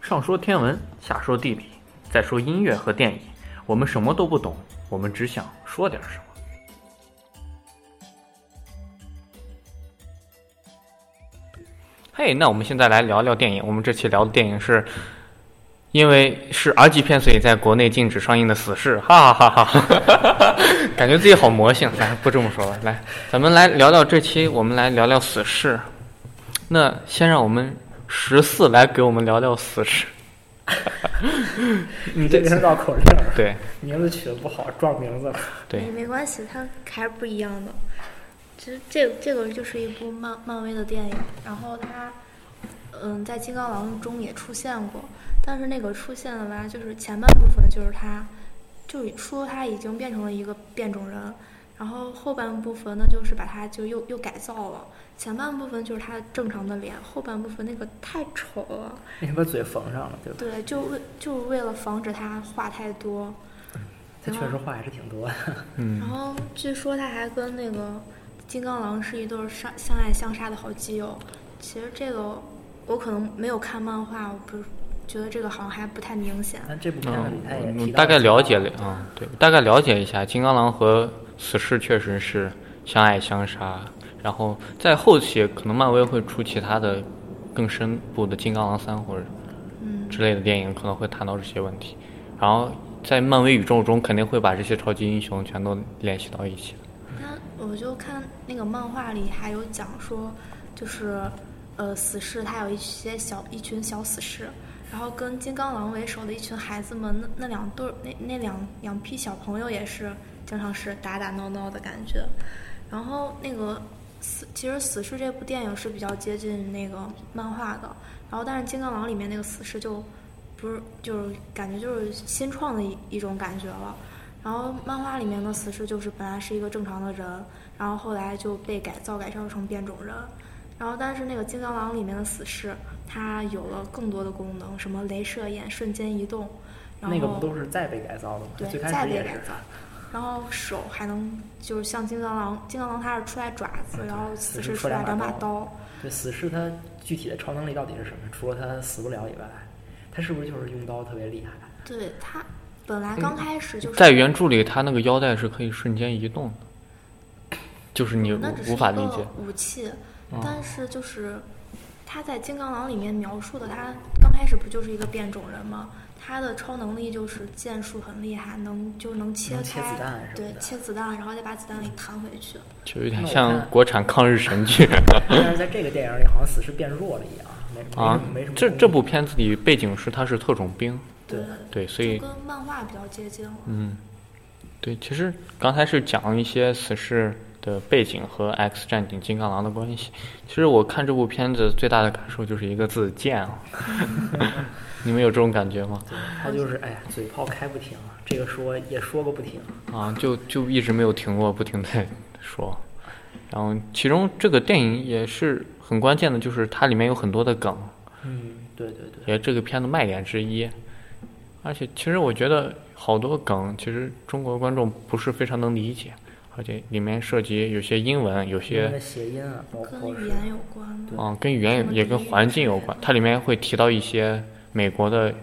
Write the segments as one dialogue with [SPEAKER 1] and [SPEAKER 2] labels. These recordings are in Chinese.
[SPEAKER 1] 上说天文，下说地理，再说音乐和电影，我们什么都不懂，我们只想说点什么。嘿，那我们现在来聊聊电影。我们这期聊的电影是，因为是 R 级片，所以在国内禁止上映的《死侍》，哈哈哈哈！ 感觉自己好魔性。来，不这么说了，来，咱们来聊聊这期，我们来聊聊《死侍》。那先让我们十四来给我们聊聊《死侍》。你
[SPEAKER 2] 这
[SPEAKER 1] 这
[SPEAKER 2] 个是绕口令儿，
[SPEAKER 1] 对
[SPEAKER 2] 名字取得不好，撞名字了。
[SPEAKER 1] 对
[SPEAKER 3] 没没关系，它还是不一样的。其实这这个就是一部漫漫威的电影，然后它，嗯，在《金刚狼》中也出现过，但是那个出现的吧，就是前半部分就是他，就说他已经变成了一个变种人，然后后半部分呢就是把他就又又改造了，前半部分就是他正常的脸，后半部分那个太丑了，
[SPEAKER 2] 你把嘴缝上了，对吧？
[SPEAKER 3] 对，就为就是为了防止他话太多，
[SPEAKER 2] 他
[SPEAKER 3] 啊
[SPEAKER 2] 确实话还是挺多的。
[SPEAKER 3] 然
[SPEAKER 1] 嗯，
[SPEAKER 3] 后据说他还跟那个金刚狼是一对儿相相爱相杀的好基友。其实这个我可能没有看漫画，我不是觉得这个好像还不太明显。
[SPEAKER 2] 但这部片子里他也
[SPEAKER 1] 嗯，
[SPEAKER 2] 提
[SPEAKER 1] 嗯
[SPEAKER 2] 到
[SPEAKER 1] 大概了解了啊、对，大概了解一下，金刚狼和死侍确实是相爱相杀，然后在后期可能漫威会出其他的更深部的金刚狼三或者
[SPEAKER 3] 嗯，
[SPEAKER 1] 之类的电影可能会谈到这些问题，然后在漫威宇宙中肯定会把这些超级英雄全都联系到一起的。
[SPEAKER 3] 他我就看那个漫画里还有讲说，就是呃死侍他有一些小一群小死侍，然后跟金刚狼为首的一群孩子们，那那两对儿那那两两批小朋友也是经常是打打闹闹的感觉。然后那个死，其实死侍这部电影是比较接近那个漫画的，然后但是金刚狼里面那个死侍就不是就是感觉就是新创的一一种感觉了。然后漫画里面的死侍就是本来是一个正常的人，然后后来就被改造改造成变种人。然后但是那个金刚狼里面的死侍，它有了更多的功能，什么镭射眼、瞬间移动，然后
[SPEAKER 2] 那个不都是再被改造的吗？他
[SPEAKER 3] 哦对
[SPEAKER 2] 最
[SPEAKER 3] 再
[SPEAKER 2] 开始
[SPEAKER 3] 被
[SPEAKER 2] 也
[SPEAKER 3] 改
[SPEAKER 2] 是。
[SPEAKER 3] 然后手还能就是像金刚狼，金刚狼它是出来爪子，
[SPEAKER 2] 嗯
[SPEAKER 3] 然后
[SPEAKER 2] 对
[SPEAKER 3] 死
[SPEAKER 2] 死
[SPEAKER 3] 侍
[SPEAKER 2] 侍
[SPEAKER 3] 出
[SPEAKER 2] 出
[SPEAKER 3] 来
[SPEAKER 2] 来两
[SPEAKER 3] 两把
[SPEAKER 2] 把
[SPEAKER 3] 刀。
[SPEAKER 2] 对，死侍他具体的超能力到底是什么？除了他死不了以外，他是不是就是用刀特别厉害？
[SPEAKER 3] 对它
[SPEAKER 2] 嗯
[SPEAKER 3] 本来刚开始就是
[SPEAKER 1] 在原著里，他那个腰带是可以瞬间移动的，就是你
[SPEAKER 3] 哦那只是
[SPEAKER 1] 无
[SPEAKER 3] 一
[SPEAKER 1] 法理解
[SPEAKER 3] 个。武器，
[SPEAKER 1] 嗯
[SPEAKER 3] 但是就是他在《金刚狼》里面描述的，他刚开始不就是一个变种人吗？他的超能力就是剑术很厉害，能就能切开
[SPEAKER 2] 能切子弹什么
[SPEAKER 3] 对，
[SPEAKER 2] 的
[SPEAKER 3] 切子弹，然后再把子弹给弹回去。
[SPEAKER 1] 就有点
[SPEAKER 2] 那我
[SPEAKER 1] 像
[SPEAKER 2] 看
[SPEAKER 1] 国产抗日神 剧
[SPEAKER 2] 但是在这个电影里，好像死侍变弱了一样，没没什么、
[SPEAKER 1] 啊
[SPEAKER 2] 嗯没什。么
[SPEAKER 1] 这
[SPEAKER 2] 功
[SPEAKER 1] 这
[SPEAKER 2] 能
[SPEAKER 1] 部片子里背景是他是特种兵，
[SPEAKER 2] 对
[SPEAKER 1] 对，所以
[SPEAKER 3] 呃就跟漫画比较接近了。
[SPEAKER 1] 嗯，对，其实刚才是讲了一些死侍的背景和 X 战警金刚狼的关系。其实我看这部片子最大的感受就是一个字贱 啊，你们有这种感觉吗？
[SPEAKER 2] 对，他就是哎呀，嘴炮开不停，啊这个说也说个不停。
[SPEAKER 1] 啊，就就一直没有停过，不停地说。然后，其中这个电影也是很关键的，就是它里面有很多的梗，
[SPEAKER 2] 嗯，对对对。
[SPEAKER 1] 也是这个片的卖点之一。而且，其实我觉得好多梗，其实中国观众不是非常能理解，而且里面涉及有些英文，有
[SPEAKER 2] 因为
[SPEAKER 1] 些
[SPEAKER 2] 那谐音啊，包
[SPEAKER 3] 跟
[SPEAKER 2] 括
[SPEAKER 3] 语
[SPEAKER 2] 是
[SPEAKER 3] 言有关的，
[SPEAKER 1] 嗯、跟语言也跟环境有关。它里面会提到一些美国的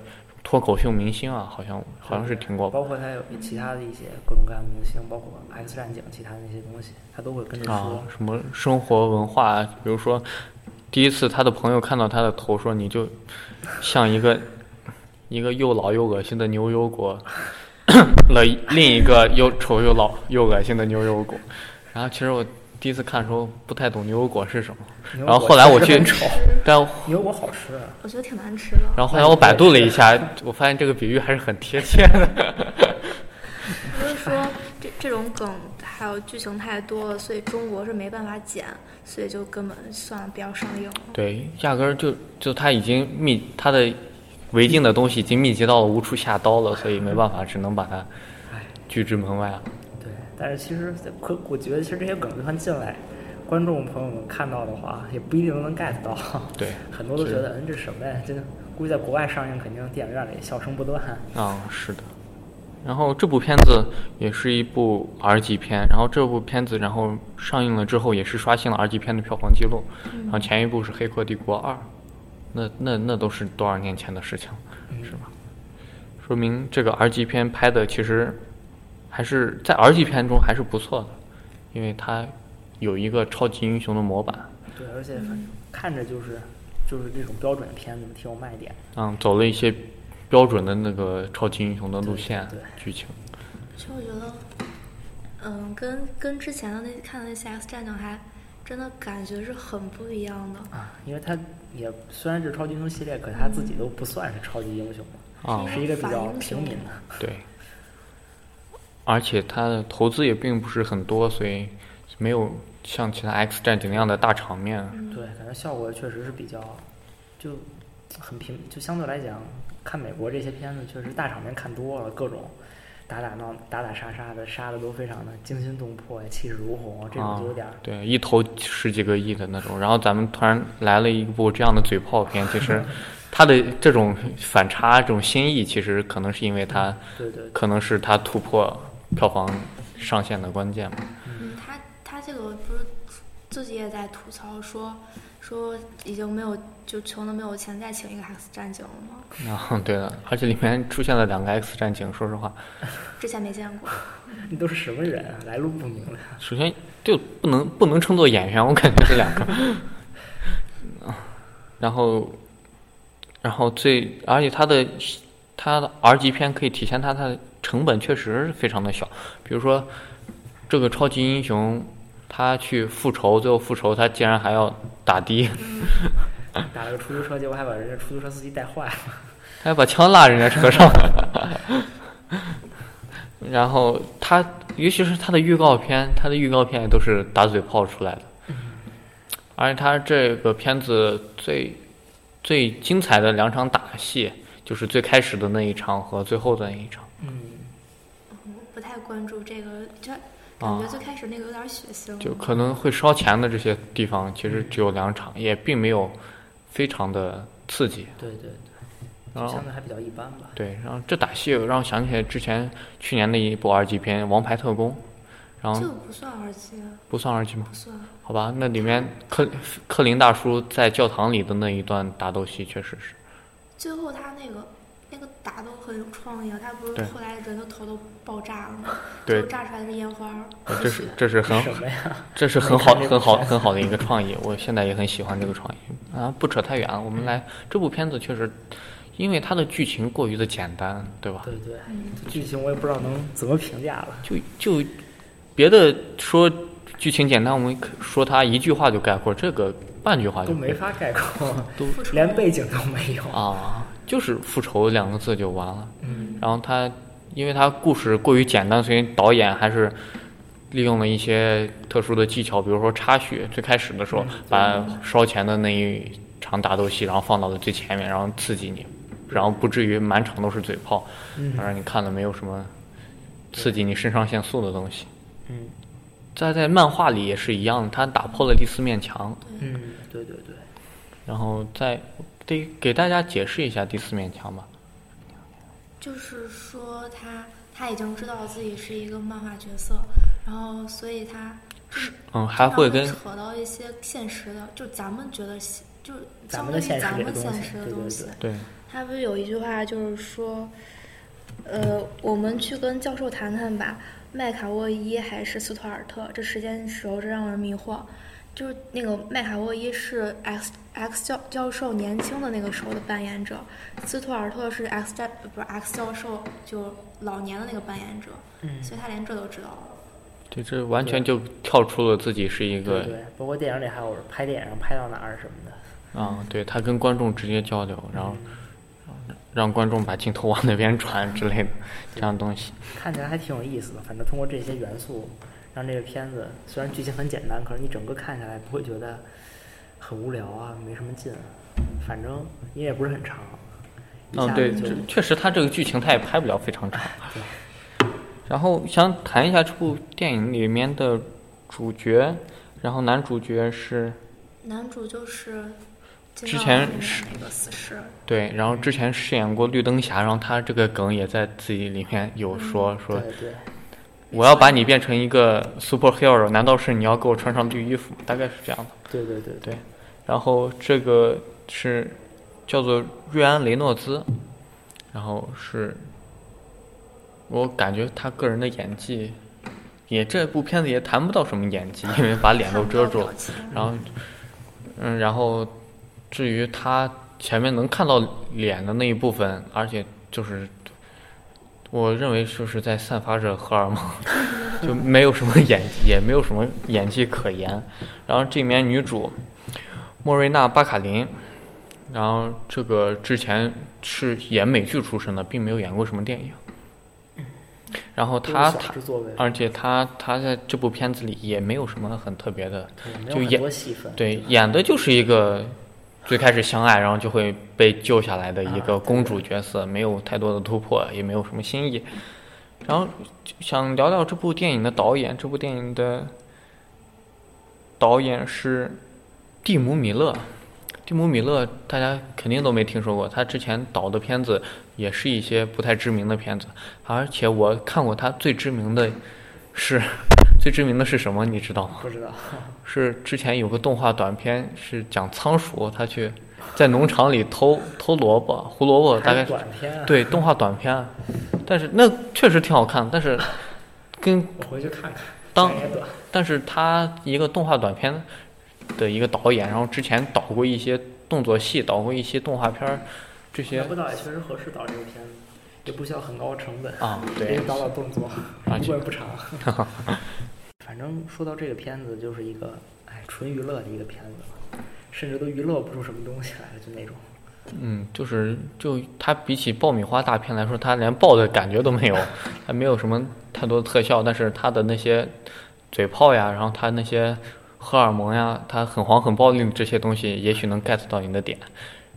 [SPEAKER 1] 脱口秀明星啊，好像好像是听过吧。
[SPEAKER 2] 包括它有其他的一些各种各样的明星，包括 X 战警其他的那些东西，他都会跟着
[SPEAKER 1] 啊
[SPEAKER 2] 说。，
[SPEAKER 1] 什么生活文化，比如说，第一次他的朋友看到他的头说：“你就像一个一个又老又恶心的牛油果了另一个又丑又老又恶心的牛油果。”然后其实我第一次看的时候不太懂牛油果是什么，
[SPEAKER 2] 牛油果
[SPEAKER 1] 然后后来我去
[SPEAKER 2] 确实很丑，
[SPEAKER 1] 但
[SPEAKER 2] 牛油果好吃啊，
[SPEAKER 3] 我觉得挺难吃 的。
[SPEAKER 1] 然后后来我百度了一下，我发现这个比喻还是很贴切的。
[SPEAKER 3] 不是说这这种梗还有剧情太多了，所以中国是没办法剪，所以就根本算了，不要上映了。
[SPEAKER 1] 对，压根儿就就他已经密他的违禁的东西已经密集到了无处下刀了，所以没办法，只能把它
[SPEAKER 2] 哎，
[SPEAKER 1] 拒之门外了。
[SPEAKER 2] 对。但是其实可我觉得，其实这些梗就算进来，观众朋友们看到的话，也不一定能 get 到。
[SPEAKER 1] 对
[SPEAKER 2] 很多都觉得，嗯，这是什么呀？真的，估计在国外上映，肯定电影院里笑声不断。
[SPEAKER 1] 啊、是的。然后这部片子也是一部 R 级片，然后这部片子然后
[SPEAKER 3] 嗯
[SPEAKER 2] 嗯
[SPEAKER 1] 上映了之后也是刷新了 R 级片的票房记录，然后前一部是《黑客帝国二》，那那那都是多少年前的事情，
[SPEAKER 2] 嗯
[SPEAKER 1] 是吧？说明这个 R 级片拍的其实还是在 R 级片中还是不错的，因为它有一个超级英雄的模板，
[SPEAKER 2] 对，而且
[SPEAKER 1] 嗯
[SPEAKER 2] 反看着就是就是那种标准片子，挺有卖点。
[SPEAKER 1] 嗯，走了一些标准的那个超级英雄的路
[SPEAKER 2] 对
[SPEAKER 1] 线
[SPEAKER 2] 对
[SPEAKER 1] 剧情。
[SPEAKER 3] 其实我觉得，嗯，跟跟之前的那看的那些 X 战警还真的感觉是很不一样的。
[SPEAKER 2] 啊，因为他也虽然是超级英雄系列，可他自己都不算是超级英雄嘛，
[SPEAKER 1] 啊
[SPEAKER 2] 是一个比较
[SPEAKER 3] 反英
[SPEAKER 2] 平
[SPEAKER 3] 雄
[SPEAKER 2] 民的。
[SPEAKER 1] 对，而且它的投资也并不是很多，所以没有像其他 X 战警那样的大场面。
[SPEAKER 3] 嗯
[SPEAKER 2] 对，感觉效果确实是比较就很平，就相对来讲，看美国这些片子确实大场面看多了，各种打打闹打打杀杀的，杀的都非常的惊心动魄呀，气势如虹，这种
[SPEAKER 1] 啊
[SPEAKER 2] 就有点儿。
[SPEAKER 1] 对，一投十几个亿的那种，然后咱们突然来了一部这样的嘴炮片，其实它的这种反差、这种新意，其实可能是因为它，
[SPEAKER 2] 对对对，
[SPEAKER 1] 可能是它突破票房上限的关键嘛。
[SPEAKER 3] 嗯，他他这个不是自己也在吐槽说说已经没有就穷的没有钱再请一个 X 战警了吗？
[SPEAKER 1] 啊，对的，而且里面出现了两个 X 战警，说实话，
[SPEAKER 3] 之前没见过。
[SPEAKER 2] 你都是什么人啊？来路不明的。
[SPEAKER 1] 首先就不能不能称作演员，我感觉这两个。 然后，然后最而且它的它的 R 级片可以体现它它的成本确实非常的小，比如说这个超级英雄他去复仇，最后复仇他竟然还要打的，
[SPEAKER 2] 打了个出租车，结果还把人家出租车司机带坏了。
[SPEAKER 1] 他还把枪落人家车上。 然后他，尤其是他的预告片，他的预告片也都是打嘴炮出来的。而且他这个片子最最精彩的两场打戏，就是最开始的那一场和最后的那一场。
[SPEAKER 2] 嗯，
[SPEAKER 3] 我不太关注这个，就感
[SPEAKER 1] 啊
[SPEAKER 3] 觉最开始那个有点血腥。
[SPEAKER 1] 就可能会烧钱的这些地方，其实只有两场，也并没有非常的刺激。
[SPEAKER 2] 对对对，
[SPEAKER 1] 然
[SPEAKER 2] 就
[SPEAKER 1] 后
[SPEAKER 2] 相对还比较一般吧。
[SPEAKER 1] 对，然后这打戏让我想起来之前去年的一部二级片《王牌特工》，然后
[SPEAKER 3] 这个不算儿戏，
[SPEAKER 1] 不算二级吗？
[SPEAKER 3] 不算。
[SPEAKER 1] 好吧，那里面克克林大叔在教堂里的那一段打斗戏，确实 是
[SPEAKER 3] 最后他那个那个打斗很有创意啊，他不是
[SPEAKER 1] 对
[SPEAKER 3] 后来人的头都爆炸了 吗？
[SPEAKER 1] 对
[SPEAKER 3] 最后炸出来的是烟花儿。嗯
[SPEAKER 1] 呃
[SPEAKER 3] 是
[SPEAKER 1] 这是这是很
[SPEAKER 2] 什么呀？
[SPEAKER 1] 这是很好
[SPEAKER 2] 没看
[SPEAKER 1] 很
[SPEAKER 2] 这部
[SPEAKER 1] 好
[SPEAKER 2] 片
[SPEAKER 1] 很好的一个创意，我现在也很喜欢这个创意啊。不扯太远了，我们来这部片子确实，因为它的剧情过于的简单，对吧？
[SPEAKER 2] 对对，剧情我也不知道能怎么评价了。
[SPEAKER 1] 就就别的说剧情简单，我们可说它一句话就概括，这个半句话就
[SPEAKER 2] 都没
[SPEAKER 1] 概
[SPEAKER 2] 法概括，
[SPEAKER 1] 都
[SPEAKER 3] 复仇
[SPEAKER 2] 连背景都没有。
[SPEAKER 1] 啊，就是复仇两个字就完了。
[SPEAKER 2] 嗯，
[SPEAKER 1] 然后他，因为他故事过于简单，所以导演还是利用了一些特殊的技巧，比如说插叙，最开始的
[SPEAKER 2] 嗯
[SPEAKER 1] 时候把烧钱的那一场打斗戏，然后放到了最前面，然后刺激你，然后不至于满场都是嘴炮，
[SPEAKER 2] 嗯
[SPEAKER 1] 让你看了没有什么刺激你肾上腺素的东西。
[SPEAKER 2] 嗯
[SPEAKER 1] 在在漫画里也是一样，他打破了第四面墙，
[SPEAKER 2] 嗯，对对对，
[SPEAKER 1] 然后再得给大家解释一下第四面墙吧。
[SPEAKER 3] 就是说他他已经知道自己是一个漫画角色，然后所以他
[SPEAKER 1] 嗯，还会
[SPEAKER 3] 经
[SPEAKER 1] 跟
[SPEAKER 3] 常扯到一些现实的，就咱们觉得现就
[SPEAKER 2] 咱
[SPEAKER 3] 相
[SPEAKER 2] 们
[SPEAKER 3] 当
[SPEAKER 2] 的
[SPEAKER 3] 于
[SPEAKER 2] 现实
[SPEAKER 3] 咱
[SPEAKER 2] 里的
[SPEAKER 3] 们
[SPEAKER 2] 东
[SPEAKER 3] 现
[SPEAKER 2] 西
[SPEAKER 3] 实的
[SPEAKER 2] 对对
[SPEAKER 3] 东西
[SPEAKER 2] 对。
[SPEAKER 1] 对。
[SPEAKER 3] 他不是有一句话就是说，呃，我们去跟教授谈谈吧，麦卡沃伊还是斯图尔特，这时间时候真让人迷惑。就是那个麦卡沃伊是 X X 教教授年轻的那个时候的扮演者，斯图尔特是 X 战不是 X 教授就老年的那个扮演者，
[SPEAKER 2] 嗯
[SPEAKER 3] 所以他连这都知道了。
[SPEAKER 1] 对，这完全就跳出了自己是一个
[SPEAKER 2] 对对，包括电影里还有拍电影拍到哪儿什么的。
[SPEAKER 1] 啊、对他跟观众直接交流，然
[SPEAKER 2] 嗯
[SPEAKER 1] 后让观众把镜头往那边转之类的这样东西。
[SPEAKER 2] 看起来还挺有意思的。反正通过这些元素，让这个片子虽然剧情很简单，可是你整个看下来不会觉得很无聊啊，没什么劲。反正你也不是很长，一
[SPEAKER 1] 嗯，
[SPEAKER 2] 下
[SPEAKER 1] 对，
[SPEAKER 2] 子就哎
[SPEAKER 1] 这确实他这个剧情他也拍不了非常长。然后想谈一下这部电影里面的主角，然后男主角是
[SPEAKER 3] 男主就是金
[SPEAKER 1] 之
[SPEAKER 3] 刚
[SPEAKER 1] 前
[SPEAKER 3] 狼里面
[SPEAKER 1] 是
[SPEAKER 3] 那个死侍，
[SPEAKER 1] 对，然后之前饰演过绿灯侠，然后他这个梗也在自己里面有说说，
[SPEAKER 2] 对对，
[SPEAKER 1] 我要把你变成一个 superhero，难道是你要给我穿上绿衣服吗？大概是这样的。
[SPEAKER 2] 对对对对
[SPEAKER 1] 然后这个是叫做瑞安·雷诺兹，然后是，我感觉他个人的演技，也这部片子也谈不到什么演技，因为把脸都遮住了。
[SPEAKER 3] 看不到表情
[SPEAKER 1] 然后，嗯，然后至于他前面能看到脸的那一部分，而且就是我认为就是在散发着荷尔蒙， 就没有什么演技，也没有什么演技可言。然后这里面女主莫瑞娜·巴卡林，然后这个之前是演美剧出身的，并没有演过什么电影。然后她
[SPEAKER 2] 都是
[SPEAKER 1] 她
[SPEAKER 2] 小，之作为，
[SPEAKER 1] 而且她她在这部片子里也没有什么很特别的
[SPEAKER 2] 对没
[SPEAKER 1] 就
[SPEAKER 2] 有很
[SPEAKER 1] 演
[SPEAKER 2] 多戏份，
[SPEAKER 1] 对，演的就是一个最开始相爱，然后就会被救下来的一个
[SPEAKER 2] 啊
[SPEAKER 1] 公主角色，没有太多的突破，也没有什么新意。然后就想聊聊这部电影的导演，这部电影的导演是蒂姆·米勒。蒂姆·米勒大家肯定都没听说过，他之前导的片子也是一些不太知名的片子，而且我看过他最知名的是最知名的是什么，你知道吗？
[SPEAKER 2] 不知 道，
[SPEAKER 1] 是之前有个动画短片是讲仓鼠，它去在农场里偷偷萝卜、胡萝卜，大
[SPEAKER 2] 还
[SPEAKER 1] 概
[SPEAKER 2] 是短片啊，
[SPEAKER 1] 对动画短片，但是那确实挺好看，但是跟
[SPEAKER 2] 我回去看看。
[SPEAKER 1] 当
[SPEAKER 2] 虽然也短
[SPEAKER 1] 但是他一个动画短片的一个导演，然后之前导过一些动作戏，导过一些动画片儿，这些
[SPEAKER 2] 南部导也确实合适导这个片子，也不需要很高的成本，
[SPEAKER 1] 啊，
[SPEAKER 2] 也
[SPEAKER 1] 对
[SPEAKER 2] 就，导导动作，
[SPEAKER 1] 而
[SPEAKER 2] 不
[SPEAKER 1] 且
[SPEAKER 2] 过也不长。反正说到这个片子，就是一个哎纯娱乐的一个片子，甚至都娱乐不出什么东西来了，就那种。
[SPEAKER 1] 嗯，就是就它比起爆米花大片来说，它连爆的感觉都没有，它没有什么太多的特效，但是它的那些嘴炮呀，然后它那些荷尔蒙呀，它很黄很暴力这些东西，也许能 get 到你的点。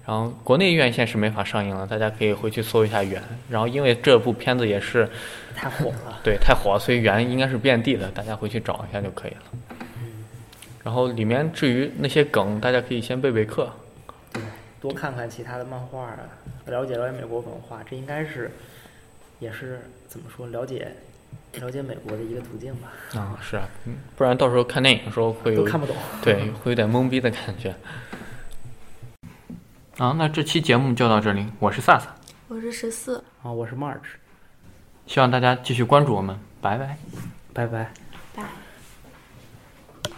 [SPEAKER 1] 然后国内院线是没法上映了，大家可以回去搜一下原。然后因为这部片子也是
[SPEAKER 2] 太火了。
[SPEAKER 1] 对太火了，所以原应该是遍地的，大家回去找一下就可以了。然后里面至于那些梗，大家可以先备备课。
[SPEAKER 2] 多看看其他的漫画啊，了解了解美国文化，这应该是也是怎么说了解了解美国的一个途径吧。
[SPEAKER 1] 啊，是啊，嗯不然到时候看电影的时候会
[SPEAKER 2] 都
[SPEAKER 1] 有
[SPEAKER 2] 看不懂，
[SPEAKER 1] 对，会有点懵逼的感觉。啊，那这期节目就到这里，我是萨萨，
[SPEAKER 3] 我是十四。
[SPEAKER 2] 啊！我是 March，
[SPEAKER 1] 希望大家继续关注我们，拜拜。
[SPEAKER 2] 拜拜。